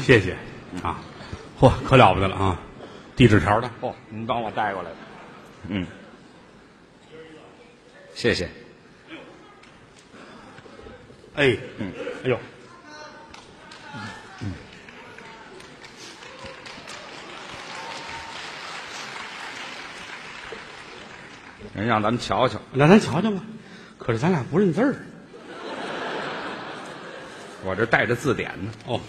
谢谢啊，嚯，可了不得了啊！递纸条的，哦，您帮我带过来的，嗯，谢谢。哎，嗯，哎呦，您让咱们瞧瞧，让咱瞧瞧吧。可是咱俩不认字儿我这带着字典呢。哦。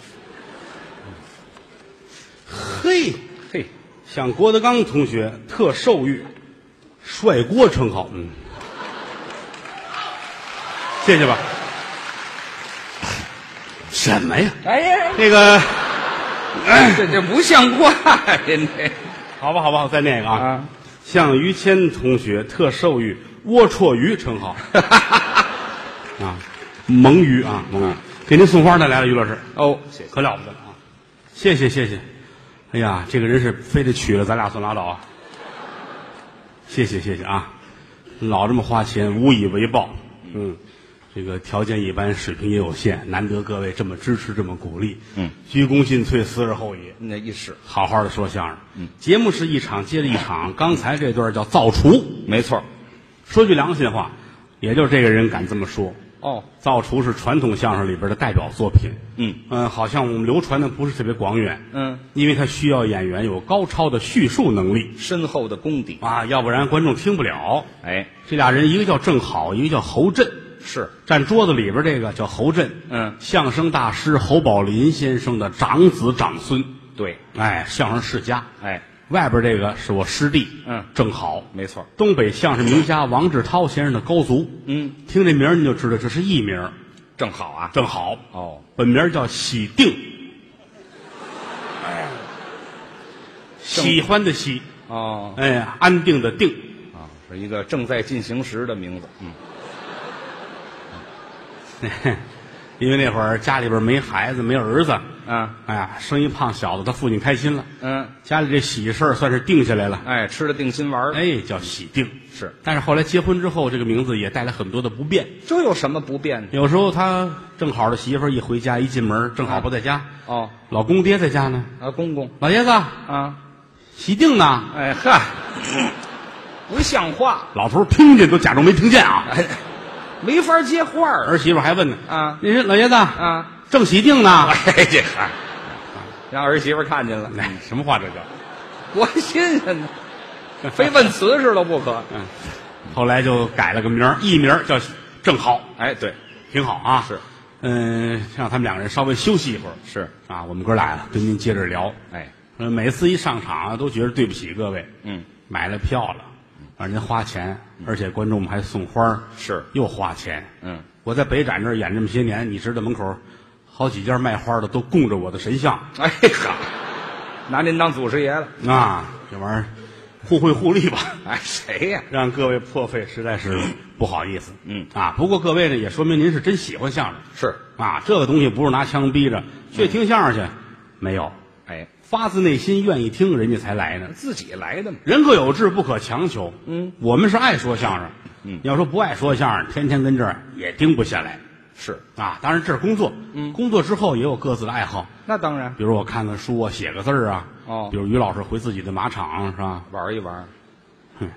嘿，嘿，像郭德纲同学特受誉“帅郭”称号，嗯，谢谢吧。什么呀？哎呀，那个，哎这这不像话呀！这好吧，好吧，我再念一个啊。啊像于谦同学特授予“龌龊鱼”称 号，啊，蒙鱼啊，蒙鱼，给您送花带来了，于老师，嗯哦，谢谢。可了不得了啊！谢谢谢谢，哎呀，这个人是非得娶了咱俩算拉倒啊！谢谢谢谢啊，老这么花钱无以为报，嗯，这个条件一般，水平也有限，难得各位这么支持这么鼓励，嗯，鞠躬尽瘁，死而后已。那一试，好好的说相声。节目是一场接着一场，刚才这段叫造厨。没错。说句良心话，也就这个人敢这么说。哦，造厨是传统相声里边的代表作品。嗯嗯，好像我们流传的不是特别广远。嗯，因为它需要演员有高超的叙述能力深厚的功底。啊，要不然观众听不了。哎，这俩人一个叫郑好，一个叫侯震。是站桌子里边这个叫侯震，嗯相声大师侯宝林先生的长子长孙，对，哎，相声世家，哎，外边这个是我师弟，嗯正好，没错。东北相声名家王志涛先生的高足，嗯，听这名儿你就知道这是艺名儿，正好啊。正好，哦，本名叫喜定，哎喜欢的喜，哦，哎呀，安定的定，啊，是一个正在进行时的名字。嗯，因为那会儿家里边没孩子，没儿子，啊，哎呀，生一胖小子，他父亲开心了，嗯，家里这喜事儿算是定下来了，哎，吃了定心丸儿。哎，叫喜定。是，但是后来结婚之后，这个名字也带来很多的不便。这有什么不便呢？有时候他正好的媳妇儿一回家，一进门正好不在家，哦，老公爹在家呢。啊，公公老爷子，啊，喜定呢？哎嗨，不像话，老头儿听见都假装没听见啊。没法接话儿儿媳妇还问呢啊您说老爷子，啊。正喜定呢？哎，这嗨，让儿媳妇看见了，哎，什么话这叫？多新鲜呢！非问瓷实了不可。后来就改了个名儿，艺名儿叫正好，哎，对，挺好啊。是，嗯，让他们两个人稍微休息一会儿是，啊。我们哥俩呀，跟您接着聊。哎，呃，每次一上场啊，都觉得对不起各位，嗯，买了票了，让您花钱，而且观众们还送花儿是又花钱。嗯，我在北展这儿演这么些年，你知道门口好几家卖花的都供着我的神像哎呀，拿您当祖师爷了。啊，这玩意儿互惠互利吧， 哎，谁呀？让各位破费实在是不好意思。嗯啊，不过各位呢也说明您是真喜欢相声是，啊，这个东西不是拿枪逼着去听相声去，没有，哎，发自内心愿意听，人家才来呢。自己来的嘛。人各有志，不可强求。嗯，我们是爱说相声。嗯要说不爱说相声，天天跟这儿也盯不下来是，啊。当然这是工作，嗯，工作之后也有各自的爱好，那当然，比如我看看书啊，写个字儿啊。哦比如于老师回自己的马场是吧？玩一玩哼。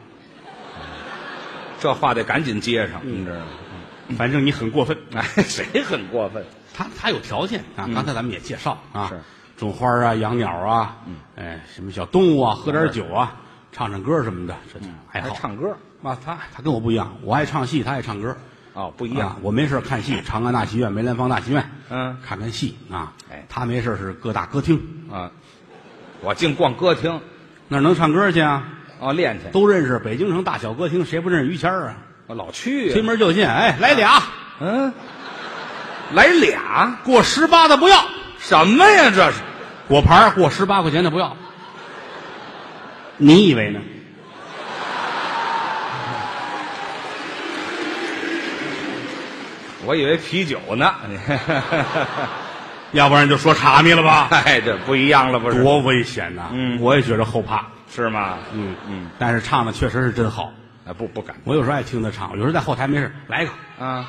这话得赶紧接上，你知道吗？反正你很过分。哎，谁很过分？他他有条件啊，刚才咱们也介绍啊，嗯是嗯种花啊，养鸟啊，哎，什么小动物啊，喝点酒啊，唱唱歌什么的，这爱嗯还好。唱歌啊，他他跟我不一样，我爱唱戏，他爱唱歌。哦，不一一样样。，啊我没事儿看戏，长安大戏院、梅兰芳大戏院，嗯看看戏啊。哎他没事儿是各大歌厅，啊，我净逛歌厅那儿能唱歌去啊？哦，练去。都认识，北京城大小歌厅谁不认识于谦儿啊？我老去推呀。门就进，哎，来俩，嗯，来俩过十八的不要，什么呀？这是果盘儿过十八块钱的不要。你以为呢？我以为啤酒呢。 要不然就说茶米了 吧？哎，这不一样了，不是？多危险呐！嗯我也觉得后怕。是吗？嗯嗯，但是唱的确实是真好。啊，不不敢我有时候爱听他啊唱，有时候在后台没事来一个，啊。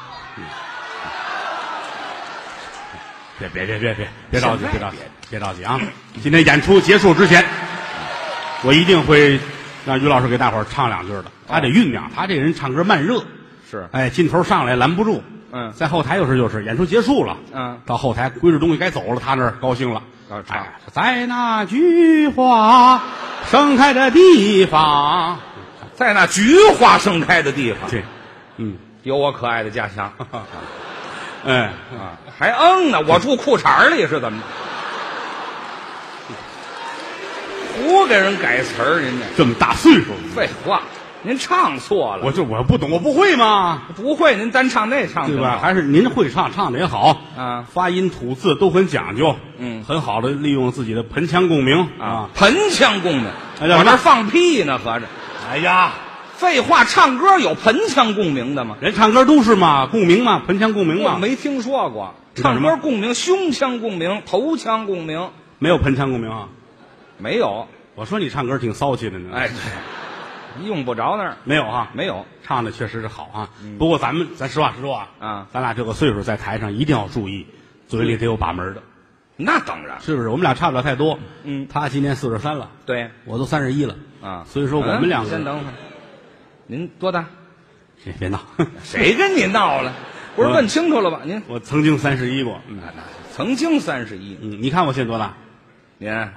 别别别别别别着急，现在别着急别，别着急啊！今天演出结束之前，我一定会让于老师给大伙儿唱两句的。他得酝酿，他这人唱歌慢热，哦是哎，劲头上来拦不住。嗯在后台有时就是演出结束了，嗯到后台归置东西该走了，他那儿高兴了，啊唱哎，在那菊花盛开的地啊方，在那菊花盛开的地方，对，嗯，有我可爱的家乡 哎，啊！还嗯呢，我住裤衩儿里是怎么着？ 胡给人改词儿，您这这么大岁数了，废话，您唱错了。我就我不懂，我不会吗？不会，您单唱那唱对挺吧？好还是您会唱，唱的也好啊发音吐字都很讲究，嗯很好的利用自己的盆腔共鸣啊，盆腔共鸣，哎呀我那儿放屁呢，合着。哎呀，废话，唱歌有盆腔共鸣的吗？人唱歌都是嘛，共鸣嘛，盆腔共鸣我嘛，没听说过。你干唱什么歌共鸣，胸腔共鸣，头腔共鸣没有盆腔共鸣啊。没有。我说你唱歌挺骚气的呢，哎，，对用不着那儿，没有啊，没有。唱的确实是好啊。不过咱们咱实话实说啊，啊咱俩这个岁数在台上一定要注意，嘴里得有把门的，那当然，是不是？我们俩差不了太多，嗯他今年四十三了，对我都三十一了啊。所以说我们两嗯个先等会儿，您多大？ 别别闹， 谁跟你闹了？不是我问清楚了吧？您我曾经三十一过，嗯曾经三十一，嗯，你看我现在多大？您啊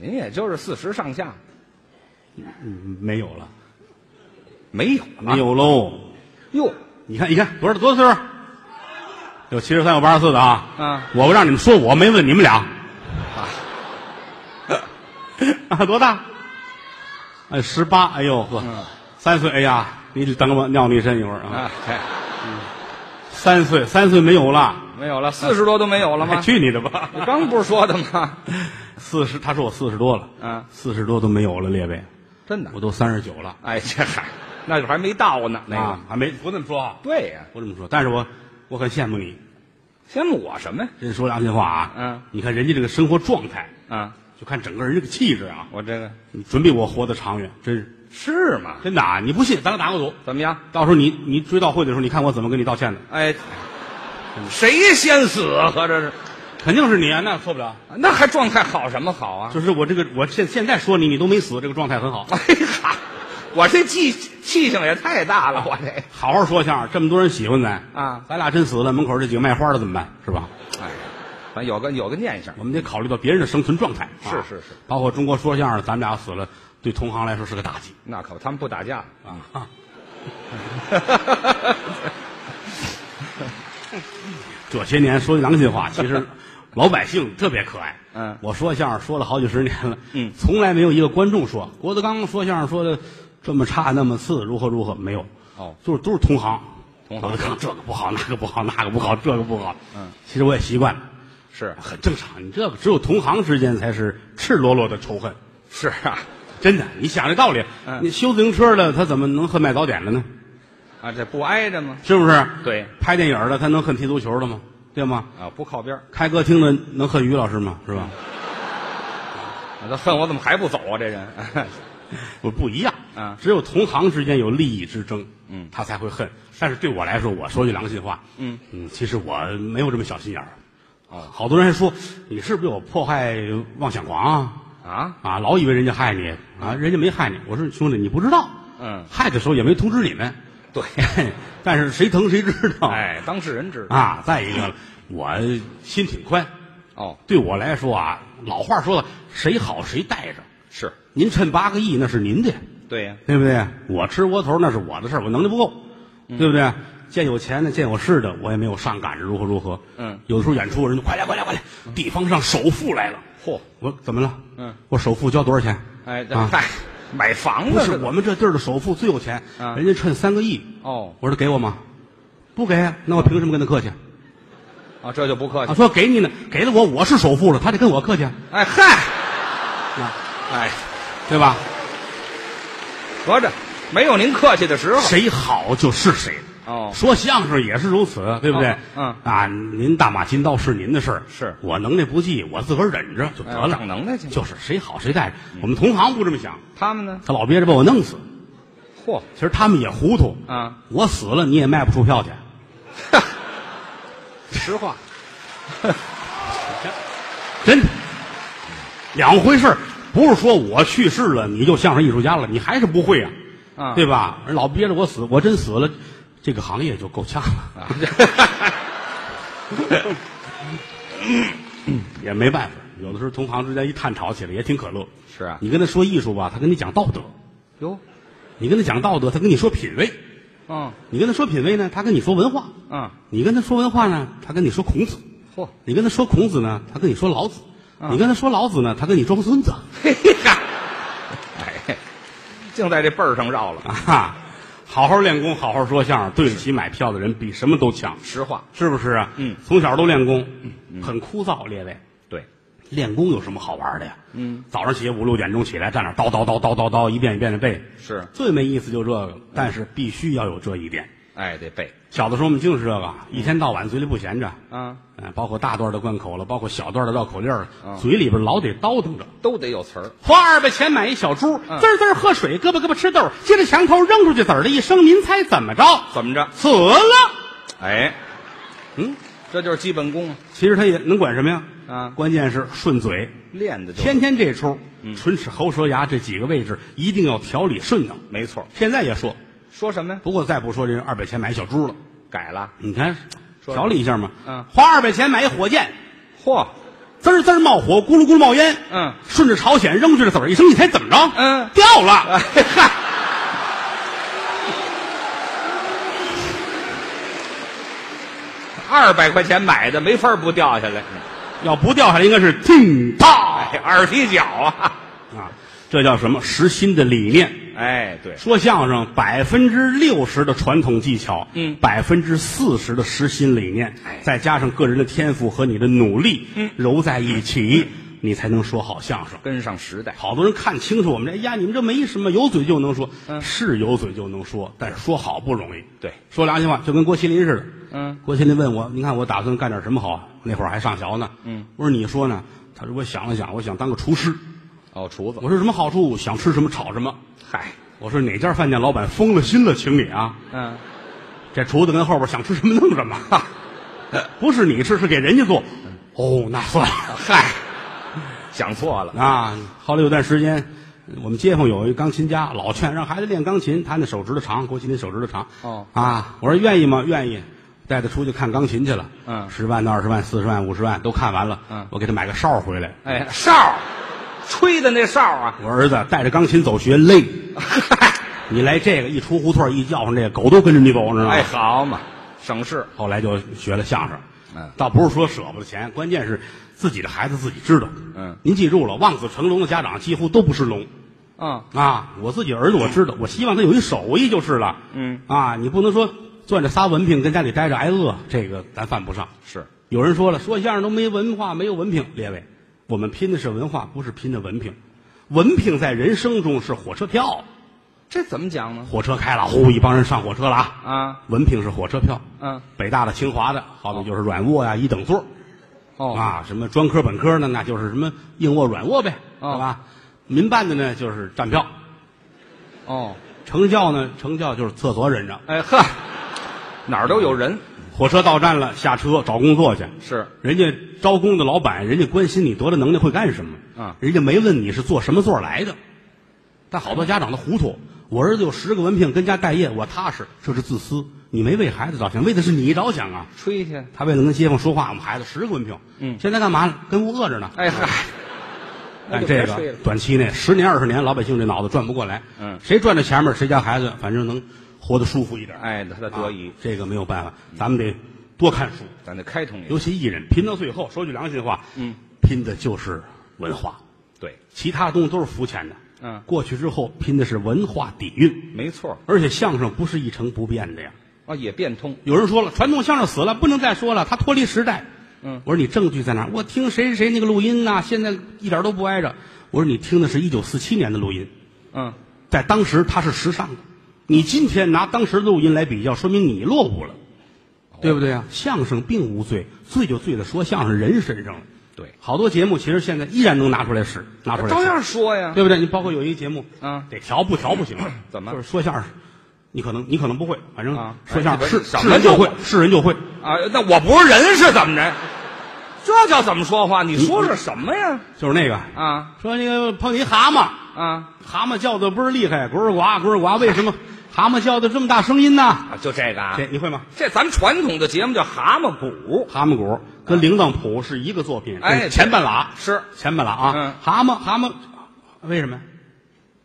您也就是四十上下，嗯，没有了，没有啊没有有喽。哟你看，你看，多少多少岁数？有七十三，有八十四的啊！啊我不让你们说我，没问你们俩。啊， 多大？哎，十八。哎呦呵，嗯三岁。哎呀，你等我尿你一身一会儿啊。啊，哎嗯三岁，三岁没有了，没有了，四十多都没有了还吗？去你的吧！你刚不是说的吗？ 四十，他说我四十多了，啊，四十多都没有了，列位， 真的我。都三十九了。哎，这嗨，那就还没到呢。那个，啊，还没不这么说啊，对呀、不这么说。但是我我很羡慕你，羡慕我什么呀？真说良心话啊，嗯，你看人家这个生活状态，啊，就看整个人这个气质啊，我这个你准比我活得长远，真是是吗？真的啊！你不信，咱俩打个赌，怎么样？到时候你你追悼会的时候，你看我怎么跟你道歉的，哎，谁先死啊？合着是，肯定是你啊，那错不了。那还状态好什么好 啊？就是我这个，我现现在说你，你都没死，这个状态很好。哎呀，我这记记性也太大了，我这。好好说相声，这么多人喜欢咱啊咱俩真死了，门口这几个卖花的怎么办？是吧？哎，咱有个有个念想，我们得考虑到别人的生存状态。啊是是是，包括中国说相声，咱们俩死了，对同行来说是个打击那可不他们不打架。啊。这些年说句良心话，其 实老百姓特别可爱。嗯我说相声说了好几十年了，嗯从来没有一个观众说郭德纲说相声说的这么差那么次，如何如何没有。哦就是都是同行，同行郭德纲这个不好，那个不好，那个不好，这个不好。嗯，其实我也习惯了，是啊很正常。你这个只有同行之间才是赤裸裸的仇恨，是啊，真的。你想这道理，嗯你修自行车的他怎么能恨卖早点的呢？啊，这不挨着吗？是不是？对拍电影的他能恨踢足球的吗？对吗？啊，不靠边儿。开歌厅的能恨于老师吗？是吧？啊他恨我怎么还不走啊？这人，不不一样啊只有同行之间有利益之争，嗯他才会恨。但是对我来说，我说句良心话，嗯其实我没有这么小心眼儿。哦好多人还说你是不是有迫害妄想狂啊？啊，啊，老以为人家害你啊，人家没害你。我说兄弟，你不知道，嗯害的时候也没通知你们，对， 但是谁疼谁知道。哎，当事人知道。哦啊，再一个了，我心挺宽，哦，对我来说啊，老话说的，谁好谁带着。是您趁八个亿那是您的，对呀、嗯对不对？我吃窝头那是我的事儿，我能力不够，对不对？见有钱的，见有势的，我也没有上赶着如何如何。嗯，有的时候演出人就快来快来快来，地方上首富来了，嚯，我怎么了？嗯，我首富交多少钱？哎，这啊嗨、买房不子是吧我们这地儿的首富最有钱，啊人家趁三个亿。哦哎我说给我吗？不给，啊那我凭什么跟他客气？啊，这就不客啊，气。说给你呢，给了我，我是首富了，他得跟我客气，哎嗨，啊，哎，对吧？合着没有您客气的时候。谁好就是谁。哦，说相声也是如此，对不对？嗯啊，您大马金刀是您的事儿，是我能耐不济，我自个儿忍着就得哎嗯了。长能耐去就是谁好谁带着。我们同行不这么想，他们呢？他老憋着把我弄死。嚯，其实他们也糊涂啊，我死了你也卖不出票去。 实话， 真的两回事儿不是说我去世了你就相声艺术家了，你还是不会啊，啊对吧？老憋着我死，我真死了，这个行业就够呛了，啊， 也没办法。有的时候同行之间一探讨起来也挺可乐。是啊你跟他说艺术吧，他跟你讲道德；哟，你跟他讲道德，他跟你说品位；嗯你跟他说品位呢，他跟你说文化；嗯，你跟他说文化呢，他跟你说孔子；嚯，你跟他说孔子呢，他跟你说老子；啊你跟他说老子呢，他跟你装孙子。嘿哈，哎，净在这辈儿上绕了。啊哈，好好练功，好好说相声，对得起买票的人比什么都强，实话，是不是啊？嗯，从小都练功，很枯燥，列位。对，练功有什么好玩的呀？嗯，早上起五六点钟起来，站那儿叨叨叨叨叨叨，一遍一遍的背，是，最没意思就这个。但是必须要有这一点。哎，得背小的时候我们净是这个，一天到晚嘴里不闲着，啊，嗯，包括大段的贯口了，包括小段的绕口令儿嗯嘴里边老得叨叨着。都得有词儿。花二百钱买一小猪，嗯滋儿滋儿喝水，胳膊胳膊吃豆，接着墙头扔出去，籽儿的一声，您猜怎么着？怎么着？死了。哎，嗯，这就是基本功啊，其实他也能管什么呀？啊关键是顺嘴，练的就是天天这出，嗯唇齿喉舌牙这几个位置一定要条理顺当。没错。现在也说，说什么呀？不过再不说这二百钱买小猪了，改了。你看，说调理一下嘛。嗯花二百钱买一火箭，嚯，滋儿滋儿冒火，咕噜咕噜冒烟。嗯，顺着朝鲜扔出去的籽儿一声，你猜怎么着？嗯掉了。嗨，二百块钱买的，没法不掉下来。 要不掉下来，应该是听啪哎，二踢脚啊！ 啊！这叫什么？实心的理念。哎，对，说相声百分之六十的传统技巧，嗯百分之四十的实心理念，哎再加上个人的天赋和你的努力，嗯，揉在一起，嗯你才能说好相声。跟上时代。好多人看清楚我们这，哎呀，你们这没什么，有嘴就能说，嗯是有嘴就能说，但是说好不容易。对，说良心话，就跟郭麒麟似的。嗯，郭麒麟问我，你看我打算干点什么好啊？那会儿还上学呢。嗯，我说你说呢？他说我想了想，我想当个厨师。哦，厨子我，说什么好处？想吃什么炒什么。嗨，我说哪家饭店老板疯了心了，请你啊！嗯，这厨子跟后边想吃什么弄什么， 哈不是你吃，是给人家做。哦，那算了嗨，想错了。啊。后来有段时间，我们街坊有一钢琴家，老劝让孩子练钢琴，他那手指头长，郭麒麟手指头长。哦啊，我说愿意吗？愿意，带他出去看钢琴去了。嗯十万到二十万、四十万、五十万都看完了。嗯我给他买个哨回来。哎，哨儿，吹的那哨儿啊，我儿子带着钢琴走学 累，你来这个一出胡同一叫上这个，狗都跟着你走，你知道吗？哎，好嘛，省事。后来就学了相声。嗯倒不是说舍不得钱，关键是自己的孩子自己知道。嗯您记住了，望子成龙的家长几乎都不是龙嗯，啊！我自己儿子我知道，我希望他有一手艺就是了。嗯啊，你不能说攥着仨文凭跟家里待着挨饿，这个咱犯不上。是，有人说了，说相声都没文化，没有文凭。列位，我们拼的是文化，不是拼的文凭。文凭在人生中是火车票，这怎么讲呢？火车开了，呼，一帮人上火车了啊！啊，文凭是火车票，嗯，北大的、清华的，好比就是软卧呀、一等座。哦，啊，什么专科本科呢？那就是什么硬卧软卧呗，哦是吧？民办的呢就是站票，哦，成教呢成教就是厕所忍着，哎呵，哪儿都有人。火车到站了下车找工作去。是，人家招工的老板，人家关心你得了能耐会干什么，啊人家没问你是做什么座儿来的。但好多家长都糊涂，我儿子有十个文凭，跟家待业，我踏实，这是自私。你没为孩子着想，为的是你着想啊。吹去。他为了跟街坊说话，我们孩子十个文凭，嗯现在干嘛呢？跟屋饿着呢。哎嗨，那但就别这吹个了。短期内十年二十年，老百姓这脑子转不过来。嗯谁赚着前面，谁家孩子反正能活得舒服一点。哎，他的得意啊，这个没有办法，咱们得多看书，咱得开通一下尤其艺人拼到最后，说句良心话，嗯，拼的就是文化，对，其他东西都是浮浅的。嗯过去之后拼的是文化底蕴，没错儿而且相声不是一成不变的呀。啊，也变通。有人说了，传统相声死了，不能再说了，它脱离时代。嗯，我说你证据在哪儿？我听谁谁谁那个录音呐、现在一点都不挨着。我说你听的是一九四七年的录音，嗯，在当时它是时尚的。你今天拿当时的录音来比较，说明你落伍了，哎哦对不对啊？相声并无罪，罪就罪在说相声人身上了。对，好多节目其实现在依然能拿出来使，拿出来照样使，说呀。对不对？你包括有一节目，嗯得调不调不行， 怎么就是说相声，你可能你可能不会，反正啊说相哎声是什么是人就都会，是人就会。啊，那我不是人是怎么着？这叫怎么说话？你说说什么呀？就是那个啊说那个碰见一蛤蟆，啊蛤蟆叫的倍儿厉害，呱儿呱呱儿呱，为什 么蛤蟆叫的这么大声音呢？啊，就这个啊这，你会吗？这咱们传统的节目叫蛤蟆鼓，啊蛤蟆鼓跟铃铛谱是一个作品，哎这前半拉是前半拉啊，嗯蛤蟆蛤蟆，为什么呀？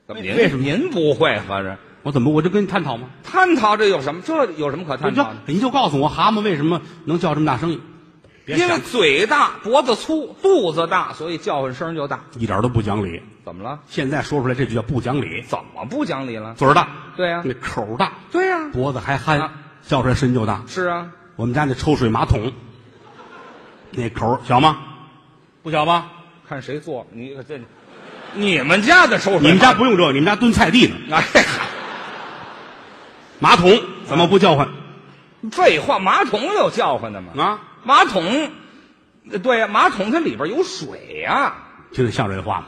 怎么您为什么您不会？合着我怎么我就跟你探讨吗？探讨这有什么？这有什么可你探就讨的？你就告诉我蛤蟆为什么能叫这么大声音？别因为想，嘴大、脖子粗、肚子大，所以叫唤声就大。一点都不讲理。怎么了？现在说出来这就叫不讲理，怎么不讲理了？嘴儿大，对呀那口儿大，对呀、脖子还啊憨，叫出来声就大。是啊，我们家那抽水马桶，那口儿小吗？不小吧？看谁做你这，你们家的收拾，你们家不用这个，你们家蹲菜地呢。哎呀，马桶怎么不叫唤废话，马桶有叫唤的吗？啊？马桶，对呀、马桶它里边有水呀、听着像人话吗？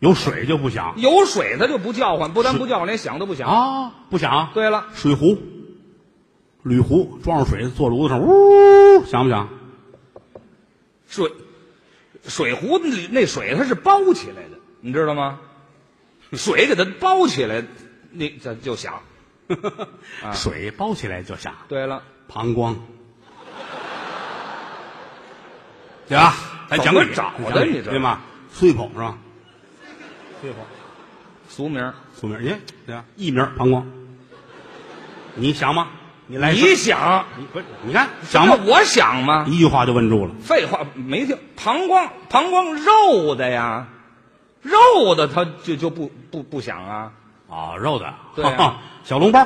有水就不响有水它就不叫唤，不但不叫唤，连响都不响。啊，不响。对了，水壶、铝壶装上水，坐炉子上，呜，响 不响？水水壶里那水它是包起来的，你知 道吗？水给它包起来，那它就响。啊水包起来就响，对了，膀胱。对吧？啊咱讲怎理，么找的咱讲理你这对吗？碎口是吧？碎口，俗名 儿，俗名耶，对吧？艺名膀胱。你响吗？你来一声你想你不是？你看响吗？我想吗？一句话就问住了。废话没听，膀胱膀胱肉的呀，肉的它就就不不不响啊。啊，肉的，对啊哈哈 小笼包，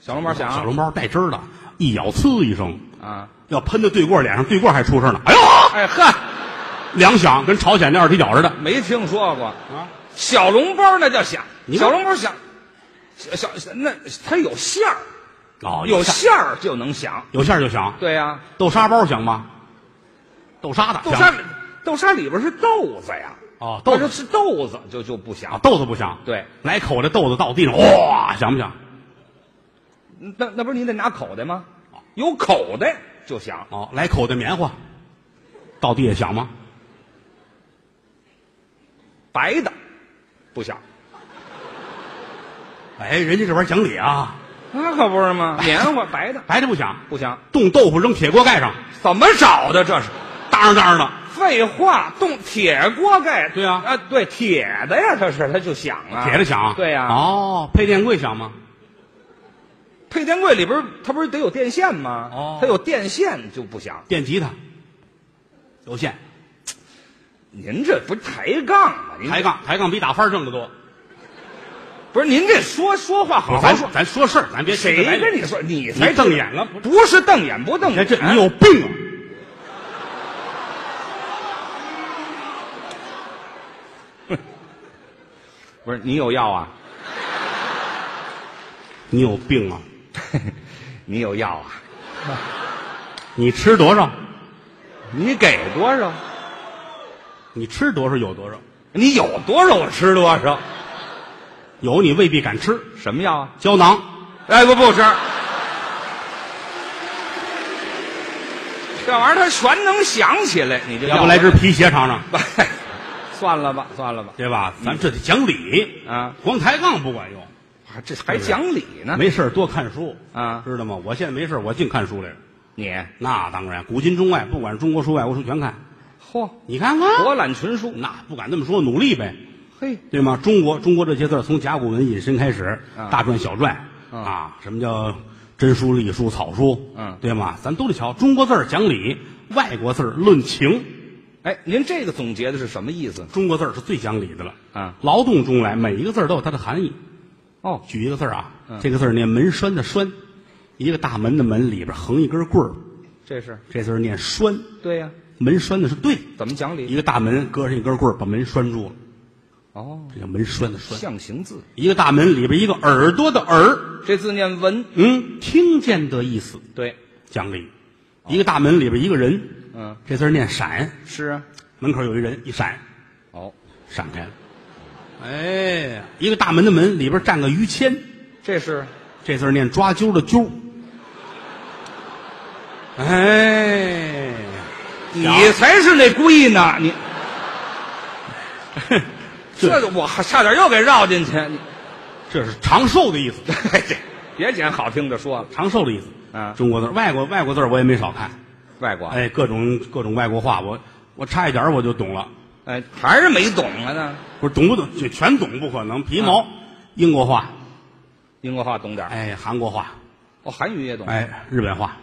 小笼包响小笼包带汁儿的，一咬呲一声，啊，要喷到对过脸上，对过还出声呢，哎呦，哎呵，两响，跟朝鲜那二踢脚似的没听说过啊。小笼包那叫响，你看小笼包响，小小小那它有馅儿，哦，有馅馅儿就能响。有馅儿就响，对呀、豆沙包响吗？豆沙的豆响沙里豆沙里边是豆子呀，哦，豆它就子是豆子就就不啊，响。豆子不响，对，来口这豆子到地上，哇，响不响？那那不是你得拿口袋吗？有口袋就响，哦，来口的棉花，到地下响吗？白的不响。哎，人家这玩意儿讲理啊，那可不 是吗？棉花白的白的不响，不响，冻豆腐扔铁锅盖上，怎么找的？这是当然当然的。废话，冻铁锅盖。对啊啊，对铁的呀，它是它就响啊，铁的响，对呀、哦，配电柜响吗？配电柜里边儿它不是得有电线吗？哦它有电线就不响。电吉他，有线，您这不是抬杠吗？您抬杠，抬杠比打翻儿挣得多。不是您这说说话好好咱说。咱说事儿，咱别谁跟你？你说？你才你瞪眼了不不不是瞪眼不瞪哎，眼，这你有病啊！不是你有药啊？ 你有病啊！你有药啊？你吃多少？你给多少？你吃多少有多少？你有多少我吃多少？有你未必敢吃什么药啊？胶囊，哎，不不吃。这玩意儿它全能想起来，你就要不来只皮鞋尝尝，吧？ 算了吧，算了吧，对吧？咱这得讲理啊！光抬杠不管用，还这还讲理呢？没事儿多看书啊知道吗？我现在没事儿我净看书来着。你，那当然，古今中外，不管是中国书、外国书全看。嚯，你看看，博览群书，那不敢那么说，努力呗，嘿，对吗？中国中国这些字儿从甲骨文引申开始，啊大篆、小篆嗯啊，什么叫真书、隶书、草书，嗯对吗？咱都得瞧，中国字儿讲理，外国字儿论情。哎，您这个总结的是什么意思？中国字儿是最讲理的了啊劳动中来，每一个字儿都有它的含义。哦，举一个字儿啊，这个字儿念门栓的栓，一个大门的门里边横一根棍儿，这是这字儿念栓，对呀、门栓的是对。怎么讲理一？个大门搁上一根棍儿，把门拴住了，哦，这叫门栓的栓。象形字，一个大门里边一个耳朵的耳，这字念文，嗯，听见的意思，对，讲理。一个大门里边一个人，嗯，这字儿念闪，是啊，门口有一人一闪，哦，闪开了。哎，一个大门的门里边站个于谦，这是这字儿念抓阄的阄。哎，你才是那故意呢，你。这我还差点又给绕进去，你 这是长寿的意思，哎这 别捡好听的说了。长寿的意思。啊中国字儿，外国外国字儿我也没少看，外国，哎，各种各种外国话，我我差一点儿我就懂了，哎，还是没懂啊呢。不是懂不懂，这全懂不可能，皮毛。英国话，英国话懂点儿，哎，韩国话，哦，韩语也懂，哎，日本话，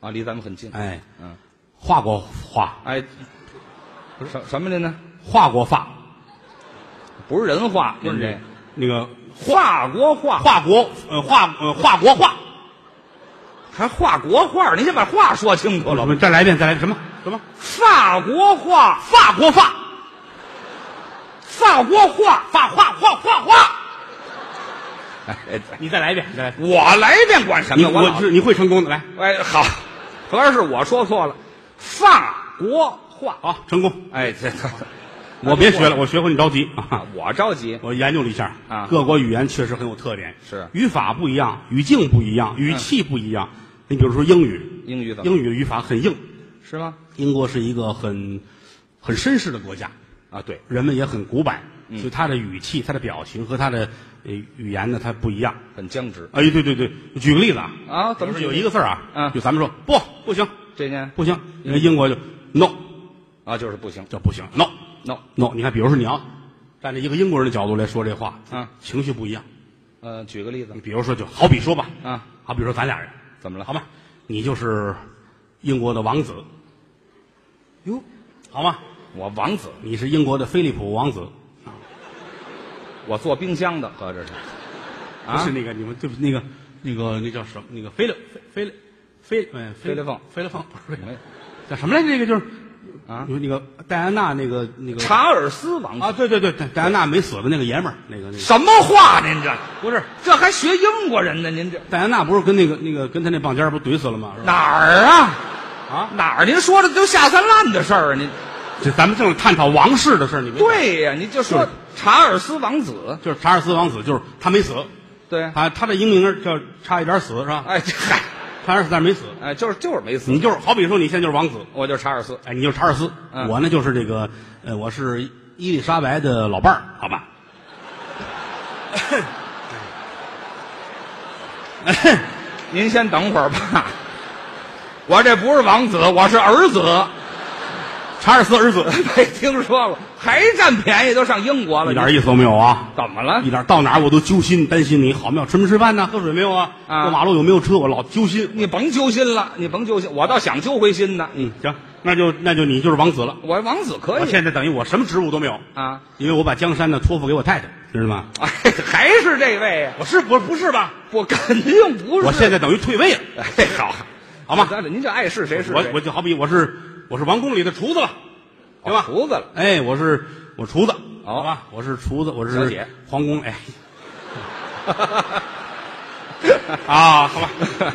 啊，离咱们很近。哎，嗯，华国话，哎，不是什什么的呢？华国话，不是人话，不您是这那个华国话华国呃华呃华国话，还华国话，你先把话说清楚我了。们再来一遍，再来一遍什么哦什么法国话，法国话，法国话，法话话话话，哎哎，哎你再来一遍，你再来一遍，我来一遍管什么你呀？我我老是你会成功的，来，哎好，合着是我说错了，啊法国话。好，成功，哎，这这 我别学了，我学会你着急啊。我着急。我研究了一下啊各国语言确实很有特点，是嗯语法不一样，语境不一样，语气不一样。你比如说英语，英语怎么英语的语法很硬，是吗？英国是一个很很绅士的国家，啊，对，人们也很古板，嗯所以他的语气、他的表情和他的呃语言呢，它不一样。很僵直哎，对对对，举个例子啊，啊。怎么有一一个字儿啊，嗯就咱们说不不行这件不行，人家英国就 no 啊，就是不行叫不行 no ，no， no，你看，比如说你要站在一个英国人的角度来说这话，嗯，情绪不一样。呃，举个例子你比如说，就好比说吧，啊，好比说咱俩人，怎么了？好吗？你就是英国的王子，哟，好吗？我王子，你是英国的菲利普王子，我做冰箱的，合着啊是啊不是那个你们对不起那个那个那叫什么？那个菲勒菲勒菲嗯菲勒凤菲勒凤不是没叫什么来着？这个就是啊有那个戴安娜那个那个查尔斯王子啊，对对对，戴戴安娜没死的那个爷们儿，那个那个什么话？您这不是这还学英国人呢？您这戴安娜不是跟那个那个跟他那棒尖儿不怼死了吗？是吧？哪儿啊？啊，哪儿？您说的都下三滥的事儿啊！您这咱们正是探讨王室的事儿，你没对呀、您就说查尔斯王子，就是查尔斯王子，就是他没死，对啊，他他的英名叫差一点死是吧？哎，这嗨，查尔斯但是没死，哎，就是就是没死，你就是好比说你现在就是王子，我就是查尔斯，哎，你就是查尔斯，嗯我呢就是这个呃，我是伊丽莎白的老伴儿，好吧？您先等会儿吧。我这不是王子，我是儿子，查尔斯儿子， 没听说过，还占便宜都上英国了，一点意思都没有啊！怎么了一？点到哪儿我都揪心，担心你好没有，吃没吃饭呢？喝水没有啊？啊过马路有没有车？我老揪心。你甭揪心了，你甭揪心，我倒想揪回心呢。嗯，行，那就那就你就是王子了。我王子可我以现在等于我什么职务都没有，啊， 因为我把江山呢托付给我太太，知道吗？哎，还是这位啊，我是我不是吧？我肯定不是。我现在等于退位了，哎好， 好吗？咱您就爱是谁是谁。我我就好比我是我是王宫里的厨子了，对吧？哦胡子了，哎，我是我厨子，哦好吧？我是厨子，我小是姐皇宫， 哎，啊，好吧，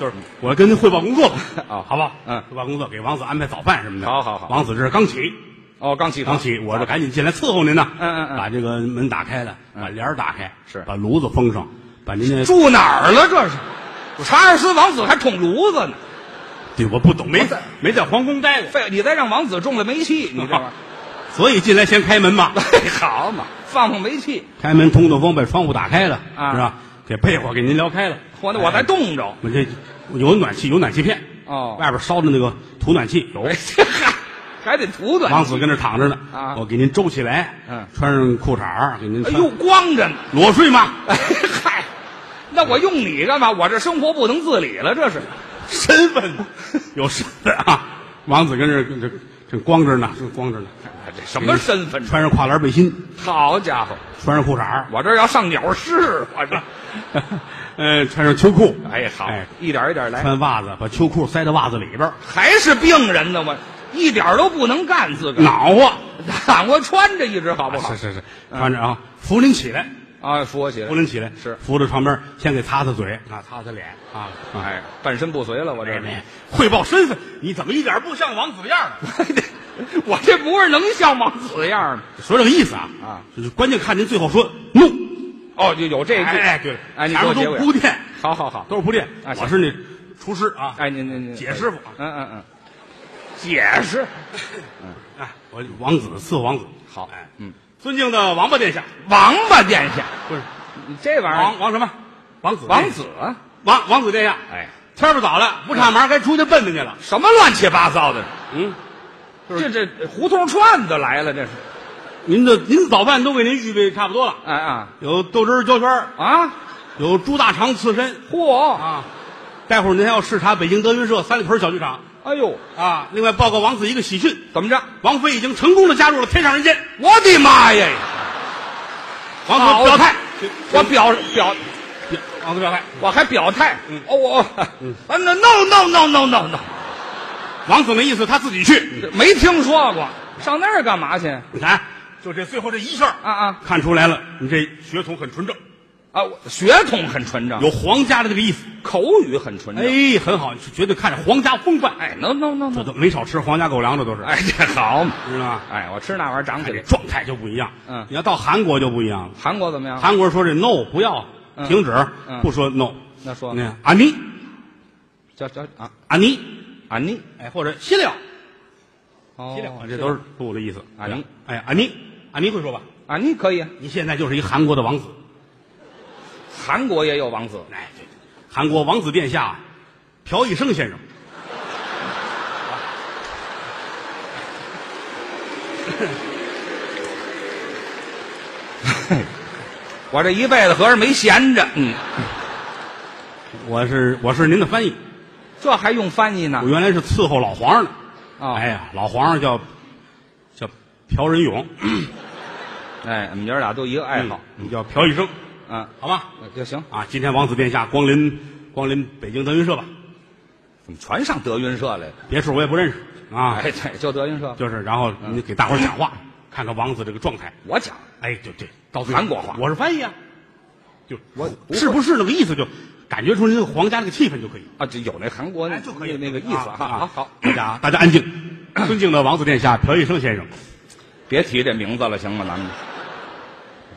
就是我跟您汇报工作吧，哦好吧，嗯汇报工作，给王子安排早饭什么的，好好好王子这是刚起，哦，刚起刚床起，我这赶紧进来伺候您呢，嗯嗯嗯嗯把这个门打开了，把帘儿打开，是把炉子封上，把您的，住哪儿了？这是查尔斯王子还捅炉子呢。对，我不懂，没我在没在皇宫待过，废，你再让王子中了 煤气，你这玩意儿。所以进来先开门嘛。嘿 好嘛，放放煤气，开门通通风，把窗户打开了，啊是吧？给被窝给您撩开了，嚯，那我哎才冻着。我这有暖气，有暖气片，哦外边烧的那个土暖气有哎，。这还 还得涂的。王子跟那躺着呢，啊我给您周起来，嗯穿上裤衩儿给您哎穿，呦，光着呢。裸睡吗？哎 嗨，那我用你干嘛？我这生活不能自理了，这是。身份呢有身份啊！王子跟这跟这正光着呢，正光着呢，哎这什么身份？穿上跨栏背心，好家伙，穿上裤衩 儿我这要上鸟市，我这。呃，穿上秋裤， 哎，好哎，一点一点来，穿袜子，把秋裤塞到袜子里边儿，还是病人呢，我一点儿都不能干自个儿。 暖和。躺我穿着一直好不好嗯是？是是，穿着啊，扶您起来，啊，说起来扶，您起来，是扶着床边，先给擦擦嘴啊，擦擦脸啊，啊，哎，半身不遂了，我这哎，哎汇报身份，你怎么一点不像王子的样儿呢？ 我这不是能像 王子的样儿吗？说这个意思啊啊，就是关键看您最后说 no，哦，就有这一句，哎，对了，哎，你前给我面结都尾是，铺垫，好好好，都是铺垫啊，行哎我是那厨师啊，哎，您您您，解师傅啊，嗯嗯嗯，解释。哎，我王子伺候王子，嗯好哎，嗯，尊敬的王八殿下，王八殿下，不是你这玩意王儿，王什么？王子哎王王子啊，王王子殿下，哎，天儿不早了，不差忙，该出去奔奔去了。什么乱七八糟的？嗯，这这胡同串子来了，这是。您的您的早饭都给您预备差不多了，哎啊有豆汁儿焦圈儿，啊！有猪大肠刺身嚯！啊。待会儿您还要视察北京德云社三里屯小剧场哎呦，啊。另外报告王子一个喜讯，怎么着？王菲已经成功的加入了天上人间。我的妈呀！王好子表态，我表表，表王子表态，我还表态。嗯哦我嗯啊，no no no no no no，王子那意思他自己去。这没听说过，上那儿干嘛去？啊你看，就这最后这一下儿，啊看出来了，你这血统很纯正，啊！我血统很纯正，有皇家的这个意思。口语很纯正。哎，嗯很好，绝对看着皇家风范。哎，no no no 这 no，都没少吃皇家狗粮，这都是，哎，这好嘛！知道吗？哎，我吃那玩意儿长起看这来。状态就不一样。嗯你要到韩国就不一样了。韩国怎么样？韩国说这 no 不要，啊嗯停止，嗯不说 no。那说你看阿尼叫叫啊阿尼，啊你哎，或者西料，哦西料，这都是不的意思。阿尼，哎，阿尼，阿尼会说吧？啊你可以啊，你现在就是一韩国的王子。韩国也有王子。哎，对，韩国王子殿下朴一生先生。我这一辈子合着没闲着，嗯，我是我是您的翻译，这还用翻译呢我？原来是伺候老皇上的。啊、哎呀，老皇上叫叫朴仁勇，哎，我们爷俩都一个爱好，嗯叫朴一生，啊，好吗？那就行。啊，今天王子殿下光临光临北京德云社吧，怎么全上德云社来了？别处我也不认识啊，哎，对，就德云社。就是然后你给大伙儿讲话，看看王子这个状态。我讲，哎，对对，到韩国话我是翻译啊，就我不会是不是那个意思，就感觉出您这个皇家那个气氛就可以。啊，就有那韩国那哎就可以那那个意思啊哈。啊好好，大家大家安静。尊敬的王子殿下，朴医生先生， 别提这名字了，行吗？咱们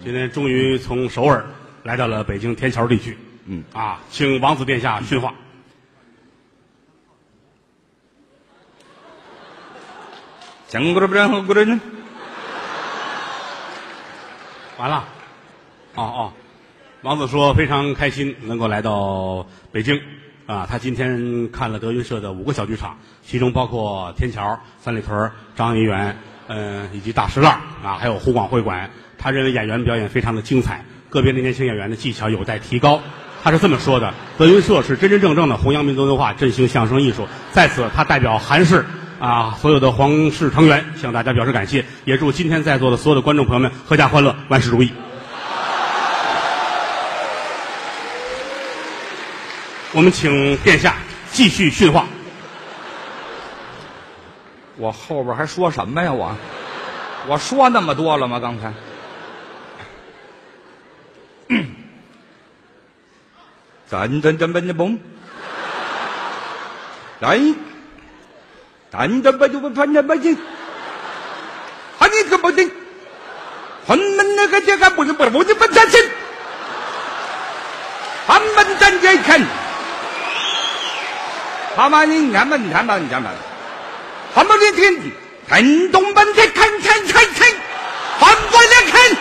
今天终于从首尔来到了北京天桥地区。嗯啊，请王子殿下训话。前咕噜不然后咕噜呢？完了，哦哦，王子说非常开心能够来到北京啊，他今天看了德云社的五个小剧场，其中包括天桥、三里屯、张一元，嗯、以及大石栏啊，还有湖广会馆。他认为演员表演非常的精彩，个别的年轻演员的技巧有待提高。他是这么说的：德云社是真真正正的弘扬民族文化，振兴相声艺术。在此，他代表韩氏啊所有的皇室成员向大家表示感谢，也祝今天在座的所有的观众朋友们阖家欢乐，万事如意。我们请殿下继续训话。我后边还说什么呀？我我说那么多了吗？刚才。咱咱咱咱咱嘣，来，咱咱咱就不咱咱咱咱，啊你可不听，咱们那个这个不是不是不是不咱咱，咱们咱咱看，他妈你俺们俺们俺们。咱们这天，看东门的看看看看，反过来看。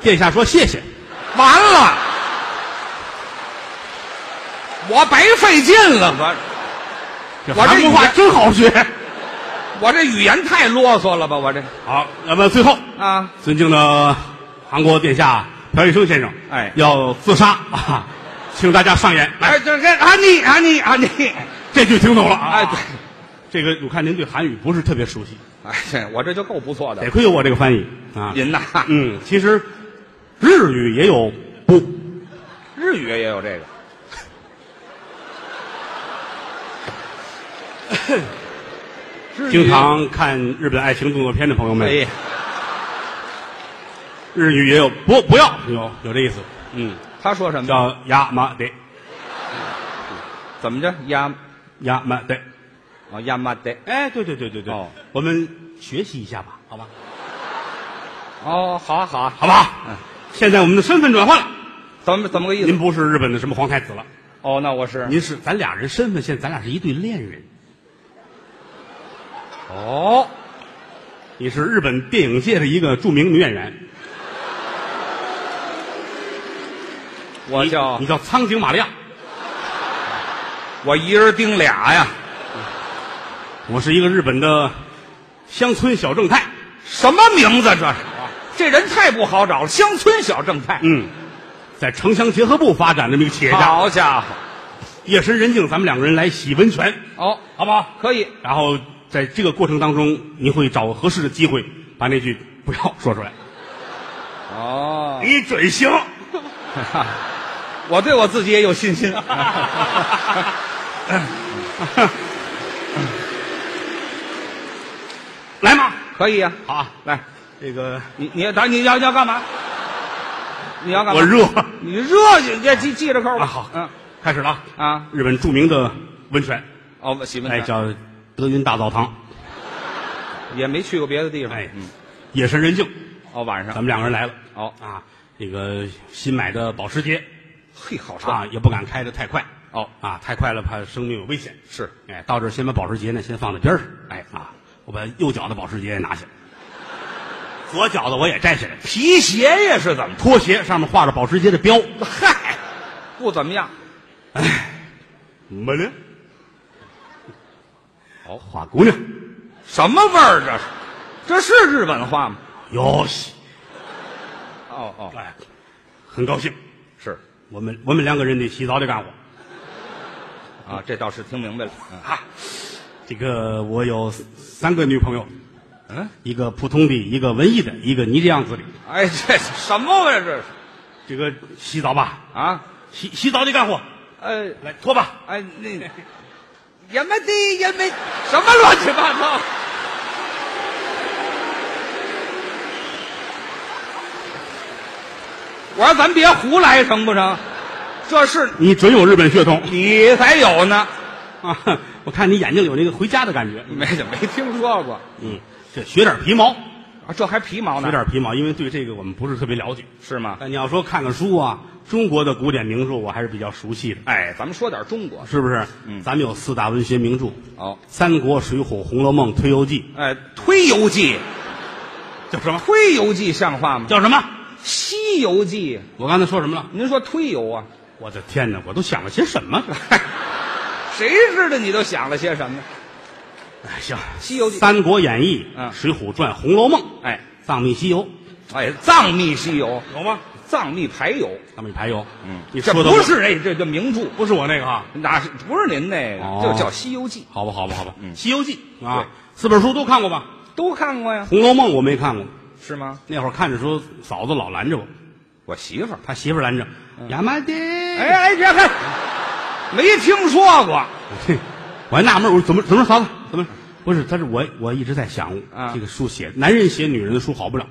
殿下说谢谢。完了，我白费劲了，我这我这韩国话语言真好学。我这语言太啰嗦了吧，我这好，那么最后，啊，尊敬的韩国殿下朴医生先生，哎要自杀 啊，请大家上演。来，哎，这这啊你啊你啊你，这句听懂了啊？哎这对，个我看您对韩语不是特别熟悉，哎，这我这就够不错 的得。亏有我这个翻译啊。您呐，嗯，其实日语也有不，日语也有这个，日语经常看日本爱情动作片的朋友们，哎，日语也有不不要有有这意思，嗯，他说什么？叫亚麻得怎么着？亚亚麻得。哦亚麻得哎，对对对对对，哦我们学习一下吧，好吧？哦，好啊，好啊，好不好？现在我们的身份转换了，怎么怎么个意思您？不是日本的什么皇太子了，哦，那我是您是咱俩人身份现在咱俩是一对恋人，哦，你是日本电影界的一个著名女演员，我叫你叫苍井玛利亚，我一人盯俩呀，我是一个日本的乡村小正太，什么名字这是？这人太不好找了，乡村小正太。嗯，在城乡结合部发展这么一个企业家，好家伙，夜深人静咱们两个人来洗温泉，哦，好不好？可以，然后在这个过程当中，你会找合适的机会把那句“不要”说出 来，哦，你准行。我对我自己也有 信心。 来嘛，可以呀、好啊，来，这个你你等你要你要干嘛？你要干嘛？我热你热就这记记着扣吧。啊，好，嗯开始了啊，啊，日本著名的温泉，哦，洗温哎，泉叫德云大澡堂，也没去过别的地方。哎嗯，夜深人静，哦，晚咱上们两个人来了哦，啊，这个新买的保时捷嘿，好车、啊，也不敢开的太快哦，啊，太快了怕生命有危险。是哎，到这儿先把保时捷呢先放在边儿上，哎啊，我把右脚的保时捷也拿下来，左脚的我也摘下来，皮鞋呀，是怎么？拖鞋上面画着保时捷的标，嗨，不怎么样。没了。好花姑娘，什么味儿这是？这是日本话吗？哟西，哦哦，哎，很高兴，是我们我们两个人得洗澡得干活啊，这倒是听明白了。嗯啊。这个我有三个女朋友，嗯，一个普通的，一个文艺的，一个你这样子的。哎，这什么味儿这是？这个洗澡吧，啊，洗洗澡得干活，呃，来脱吧，哎，那 也没的也没什么乱七八糟。我说咱别胡来成不成？这是你准有日本血统你才有呢，啊！ 我看你眼睛有那个回家的感觉，没没听说过啊，嗯，这学点皮毛，这还皮毛学呢？点皮毛，因为对这个我们不是特别了解。是吗？但你要说看看书啊，中国的古典名著我还是比较熟悉的，哎，咱们说点中国是不是？嗯咱们有四大文学名著，《哦，三国》《水浒》《红楼梦》《推游记哎，推游记，》，叫什么？推游记像话吗？叫什么？西游记，我刚才说什么了？您说推游啊？我的天哪，我都想了些什 么？谁知道你都想了些什么？哎，行，《西游记三国演义》嗯水浒传》《红楼梦》《哎藏秘西游》哎，藏秘西游，有吗？藏秘排游，藏秘排有。嗯你这说的不我是那这这名著，不是我那个啊？哪是不是您那个？哦就叫《西游记好吧，好吧，好吧，嗯西游记》对啊，四本书都看过吧？》，都看过呀，《红楼梦》我没看过，是吗？那会儿看的时候，嫂子老拦着我，我媳妇儿，她媳妇儿拦着，亚麻的，嗯哎哎，别看，没听说过，嘿， 我还纳闷儿，我说怎么怎么着嫂子怎么着不是？但是我我一直在想，啊这个书写男人写女人的书好不了，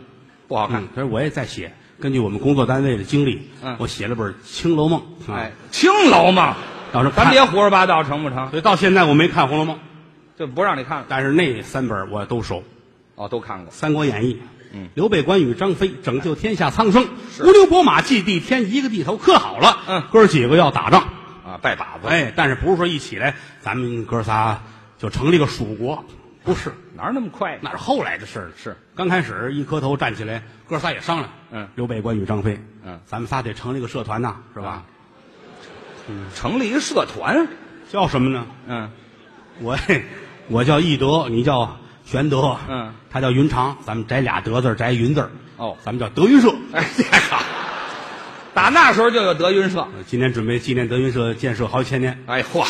不好看嗯。，但是我也在写。根据我们工作单位的经历，嗯我写了本《青楼梦》啊，哎，青楼嘛，到时候咱看别胡说八道，成不成？所以到现在我没看《红楼梦》，就不让你看了。但是那三本我都熟，《哦，都看过。三国演义》。嗯，刘备、关羽、张飞拯救天下苍生，是乌牛、博马、祭地天，一个地头磕好了。嗯哥儿几个要打仗，啊，拜把子，哎，但是不是说一起来，咱们哥仨就成立个蜀国？不是，哪儿那么快？那是后来的事儿了。嗯是刚开始一磕头站起来，哥仨也商量，嗯刘备、关羽、张飞，嗯咱们仨得成立个社团呐，是吧？成立一个社团，叫什么呢？嗯，我我叫义德，你叫玄德，嗯，他叫云长，咱们摘俩德字儿，摘云字儿哦咱们叫德云社。哎呀，打那时候就有德云社，呃今年准备纪念德云社建设好几千年，哎嚯啊，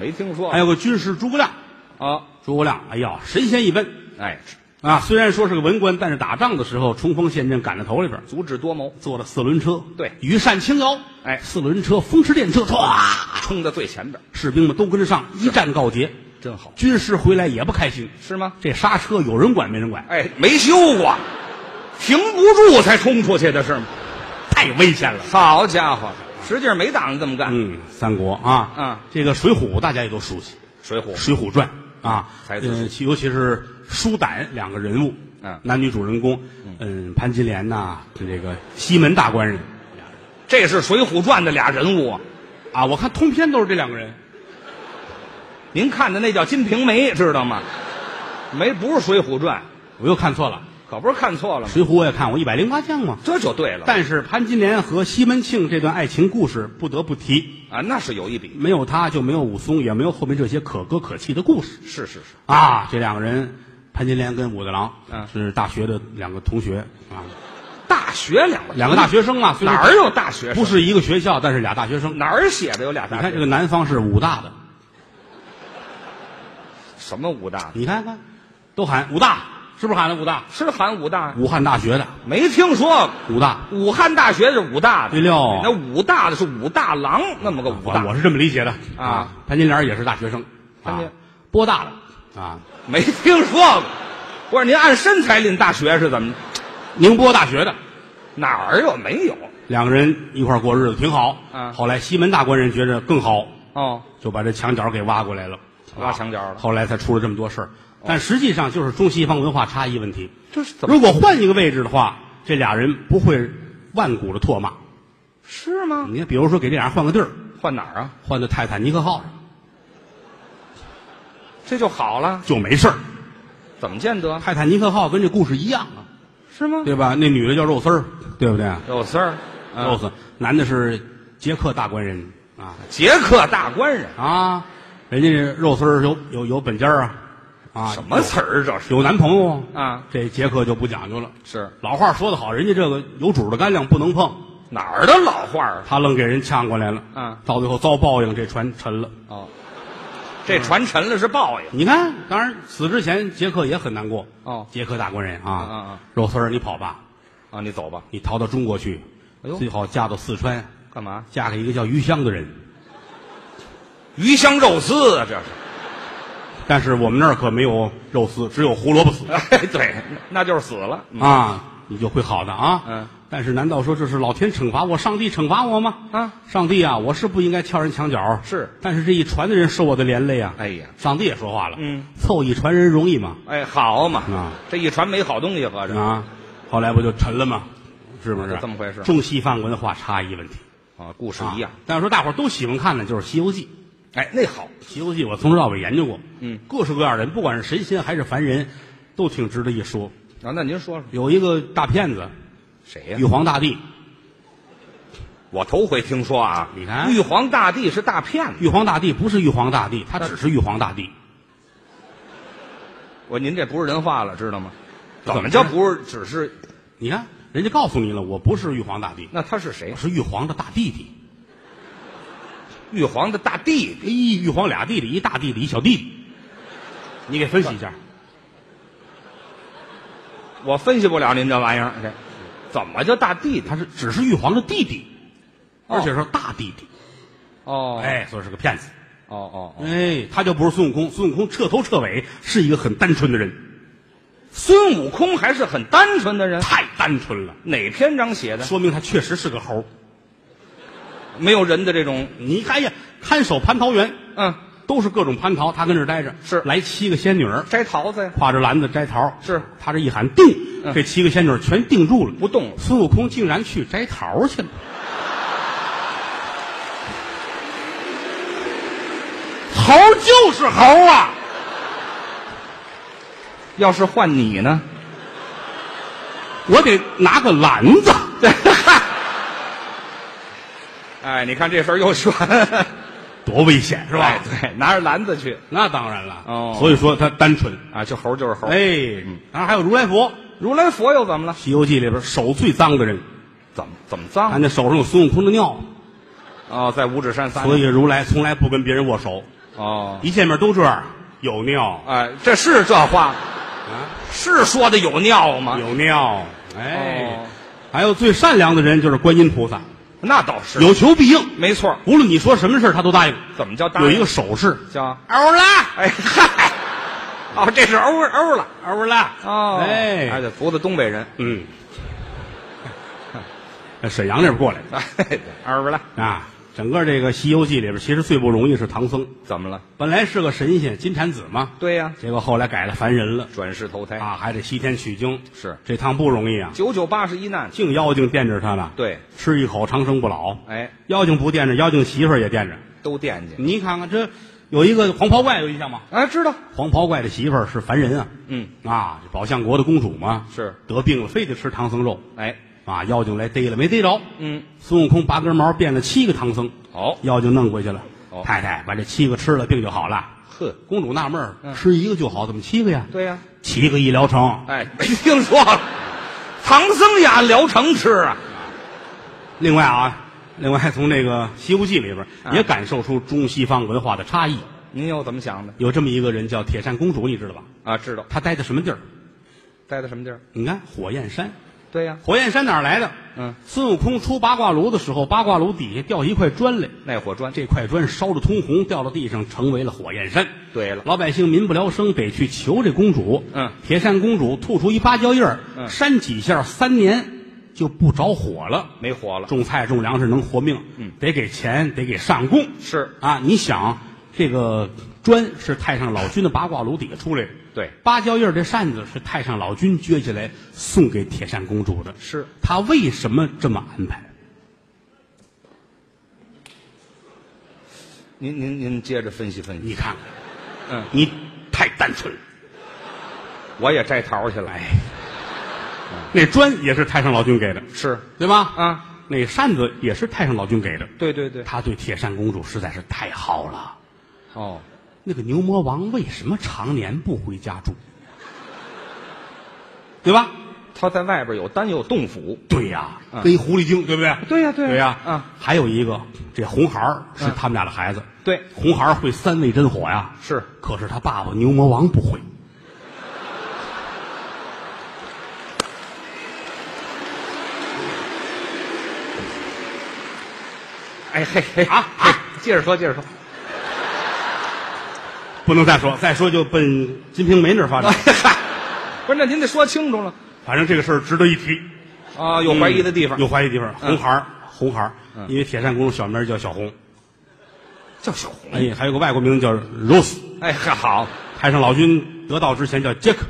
没听说还有个军师诸葛亮，啊，诸葛亮，哎呀，神仙一般哎，啊！虽然说是个文官，但是打仗的时候冲锋陷阵赶在头里边儿，足智多谋，坐了四轮车，对羽扇轻摇，哎四轮车风驰电掣，唰，冲在最前边，士兵们都跟上，一战告捷。真好，军师回来也不开心，是吗？这刹车有人管没人管，哎，没修过，停不住才冲出去的是吗？太危险了。好家伙，实际上没打算这么干。嗯，三国啊，嗯这个《水浒》大家也都熟悉，水《浒水浒传》啊，才子书嗯，其尤其是舒胆两个人物，嗯男女主人公，嗯，潘金莲呐，这个西门大官人，这是《水浒传》的俩人物啊。啊，我看通篇都是这两个人，您看的那叫《金瓶梅》，知道吗？没，不是《水浒传我又看错了，》，可不是看错了《吗？水浒》我也看过，一百零八将嘛。这就对了但是潘金莲和西门庆这段爱情故事不得不提，啊，那是有一比，没有他就没有武松，也没有后面这些可歌可泣的故事是是是，啊。这两个人，潘金莲跟武大郎，嗯是大学的两个同学啊，大学两个两个大学生啊，虽然哪儿有大学生不是一个学校，但是俩大学生。哪儿写的有俩你大学？看这个南方是武大的，什么武大？你看看，都喊武大，是不是喊的武大？是喊武大？武汉大学的没听说，武大，武汉大学是武大的对，了，那武大的是武大郎那么个武我大，我是这么理解的啊。潘金莲也是大学生，潘金啊，波大的啊，没听说过。不是您按身材进大学是怎么？宁波大学的，哪儿有没有？两个人一块儿过日子挺好。嗯后来西门大官人觉着更好，哦，就把这墙角给挖过来了，啊挖墙角了后来才出了这么多事儿。但实际上就是中西方文化差异问题。这是怎么如果换一个位置的话，这俩人不会万古的唾骂。是吗？你看，比如说给这俩人换个地儿，换哪儿啊？换到泰坦尼克号上这就好了？就没事儿。怎么见得？泰坦尼克号跟这故事一样啊，是吗？啊对吧？那女的叫肉丝儿，对不对？啊有事儿，肉丝，男的是捷克大官人啊捷克大官人，啊，人家这肉丝儿有有有本家儿啊啊，什么词儿这是？有男朋友啊？这捷克就不讲究了。是老话说得好，人家这个有主的干粮不能碰，哪儿的老话儿？他愣给人呛过来了。嗯到最后遭报应，这船沉了。哦，这船沉了是报应。你看，当然死之前捷克也很难过。哦捷克大官人啊，嗯嗯肉丝儿，你跑吧，啊，你走吧。你逃到中国去，哎呦最好嫁到四川，干嘛？嫁给一个叫余香的人。鱼香肉丝啊，这是。但是我们那儿可没有肉丝，只有胡萝卜丝。哎，对，那就是死了。嗯啊，你就会好的啊。嗯。但是难道说这是老天惩罚我，上帝惩罚我吗？啊，上帝啊，我是不应该敲人墙角。是。但是这一船的人受我的连累啊。哎呀，上帝也说话了。嗯。凑一船人容易吗？哎，好嘛，啊这一船没好东西，合着、啊，后来不就沉了吗？是不是？就这么回事中西方文化差异问题啊，故事一样啊。。但是说大伙儿都喜欢看的就是《西游记》。哎，那好， 《西游记》我从头到尾研究过。嗯。各式各样的人，不管是神仙还是凡人，都挺值得一说。啊，那您说说有一个大骗子，谁呀、玉皇大帝。我头回听说啊，你看玉皇大帝是大骗子。玉皇大帝不是玉皇大帝，他只是玉皇大帝。我您这不是人话了，知道吗？怎怎么么叫不是？只是你看，人家告诉你了，我不是玉皇大帝，那他是谁我？是玉皇的大弟弟。玉皇的大弟弟，咦，玉皇俩弟弟，一大弟弟，一小弟弟。你给分析一下，我分析不了您这玩意儿，这怎么叫大弟弟？他是只是玉皇的弟弟，哦而且是大弟弟。哦，，哎，所以是个骗子。哦哦哦，哎，他就不是孙悟空，孙悟空彻头彻尾是一个很单纯的人，孙悟空还是很单纯的人。太单纯了，哪篇章写的？说明他确实是个猴儿。没有人的这种，你看呀，看守蟠桃园，嗯，都是各种蟠桃，他跟这儿待着，是来七个仙女儿，摘桃子呀，挎着篮子摘桃，是他这一喊定，嗯这七个仙女儿全定住了。不动了。孙悟空竟然去摘桃去了，猴就是猴啊！要是换你呢？我得拿个篮子， 哎，你看这事儿 又悬，多危险是是吧？吧？对，拿着篮子去那当然了。哎哦嗯所以说他单纯。啊，就猴就是猴。哎，然后还有如来佛，《如来佛又怎么了？西游记》里边手最脏的人，怎么怎么脏看那手上有孙悟空的尿，哦，在五指山撒尿。所以如来从来不跟别人握手，哦，一见面都这样，有尿哎，这是这话啊。是说的有尿吗？有尿，哎，啊哦还有最善良的人就是观音菩萨，那倒是，有求必应，没错。无论你说什么事儿他都答应。怎么叫大？有一个手势，叫欧啦哎嗨，哦，这是欧欧了欧啦，哎，哎，这福子东北人， 嗯，沈阳那边过来哎，欧了的啊，整个这个《西游记》里边，其实最不容易是唐僧，怎么了？本来是个神仙金蝉子嘛，对呀、结果后来改了凡人了转世投胎，啊，还得西天取经，是这趟不容易啊，九九八十一难。净妖精惦着他呢，对，吃一口长生不老，哎，妖精不惦着，妖精媳妇儿也惦着。都惦记。你看看这有一个黄袍怪有印象吗？哎，知道，黄袍怪的媳妇儿是凡人啊，嗯，啊，这宝象国的公主嘛，是得病了，非得吃唐僧肉哎，啊，妖精来逮了，没逮着。嗯，孙悟空拔根毛变了七个唐僧，好，妖精弄回去了。哦太太把这七个吃了，病就好了。呵，公主纳闷儿、嗯吃一个就好，怎么七个呀？对呀、七个一疗程。哎，没听说过，唐僧也按疗程吃啊，另外啊，另外从这个《西游记》里边、啊也感受出中西方文化的差异。您又怎么想的有这么一个人叫铁扇公主，你知道吧？啊？知道她待在什么地儿？待在什么地儿？你看火焰山，对呀、火焰山哪儿来的？嗯，孙悟空出八卦炉的时候，八卦炉底下掉一块砖来，那火砖。这块砖烧得通红，掉到地上，成为了火焰山。对了，老百姓民不聊生，得去求这公主。嗯，铁扇公主吐出一芭蕉叶儿，嗯扇几下，三年就不着火了。没火了。种菜种粮食能活命，嗯，得给钱，得给上供。是，啊，你想这个砖是太上老君的八卦炉底下出来的，对，芭蕉叶儿这扇子是太上老君撅起来送给铁扇公主的，是他为什么这么安排？您您您接着分析分析。你看看，嗯，你太单纯了。我也摘桃去了。哎，那砖也是太上老君给的，是对吧？啊，那扇子也是太上老君给的。对对对。他对铁扇公主实在是太好了。哦，那个牛魔王为什么常年不回家住？对吧？他在外边有丹有洞府。对呀、嗯跟一狐狸精，对不对？对呀对呀对呀、啊还有一个，这红孩儿是他们俩的孩子。对，红孩儿会三味真火呀，是可是他爸爸牛魔王不会。哎嘿嘿啊嘿，接着说接着 说。不能再说，再说就奔《金瓶梅》那儿发啊展。哎不是，那您得说清楚了反正这个事儿值得一提，啊，有怀疑的地方。嗯有怀疑地方。嗯红孩儿，红孩儿，嗯因为铁扇公主小名叫小红，叫小红。哎，还有个外国名字叫 Rose。哎，好太上老君得道之前叫杰克，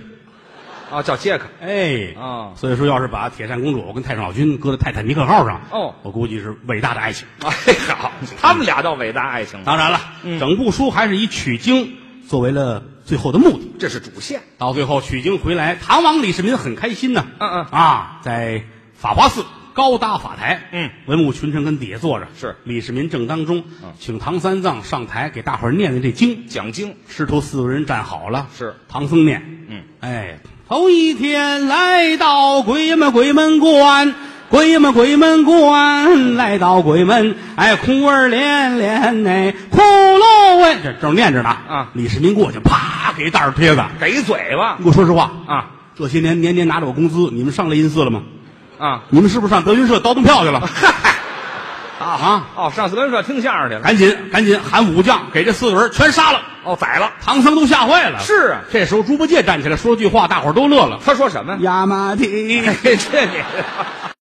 啊，叫杰克。哎，啊所以说要是把铁扇公主跟太上老君搁在泰坦尼克号上，哦我估计是伟大的爱情。 哎，好，他们俩倒伟大爱情了，当然了，嗯整部书还是以取经作为了最后的目的。这是主线。到最后取经回来，唐王李世民很开心呐、嗯嗯啊，在法华寺高搭法台，嗯，文武群臣跟底下坐着，是李世民正当中，嗯请唐三藏上台给大伙儿念念这经。讲经师徒四个人站好了，是唐僧念，嗯，哎，头一天来到鬼门鬼门关，鬼门鬼门关，来到鬼门，哎，哭儿连连哎，骷髅喂，这正念着呢啊李世民过去，啪给一大耳贴子，给嘴巴你给我说实话啊这些年年年拿着我工资，你们上雷音寺了吗？啊！你们是不是上德云社倒腾票去 了？啊，哦，上次跟说听相声去了。赶紧赶紧喊武将，给这四个人全杀了！哦，宰了。唐僧都吓坏了。是啊，这时候猪八戒站起来说句话，大伙儿都乐了。他说什么呀？亚麻提， 这你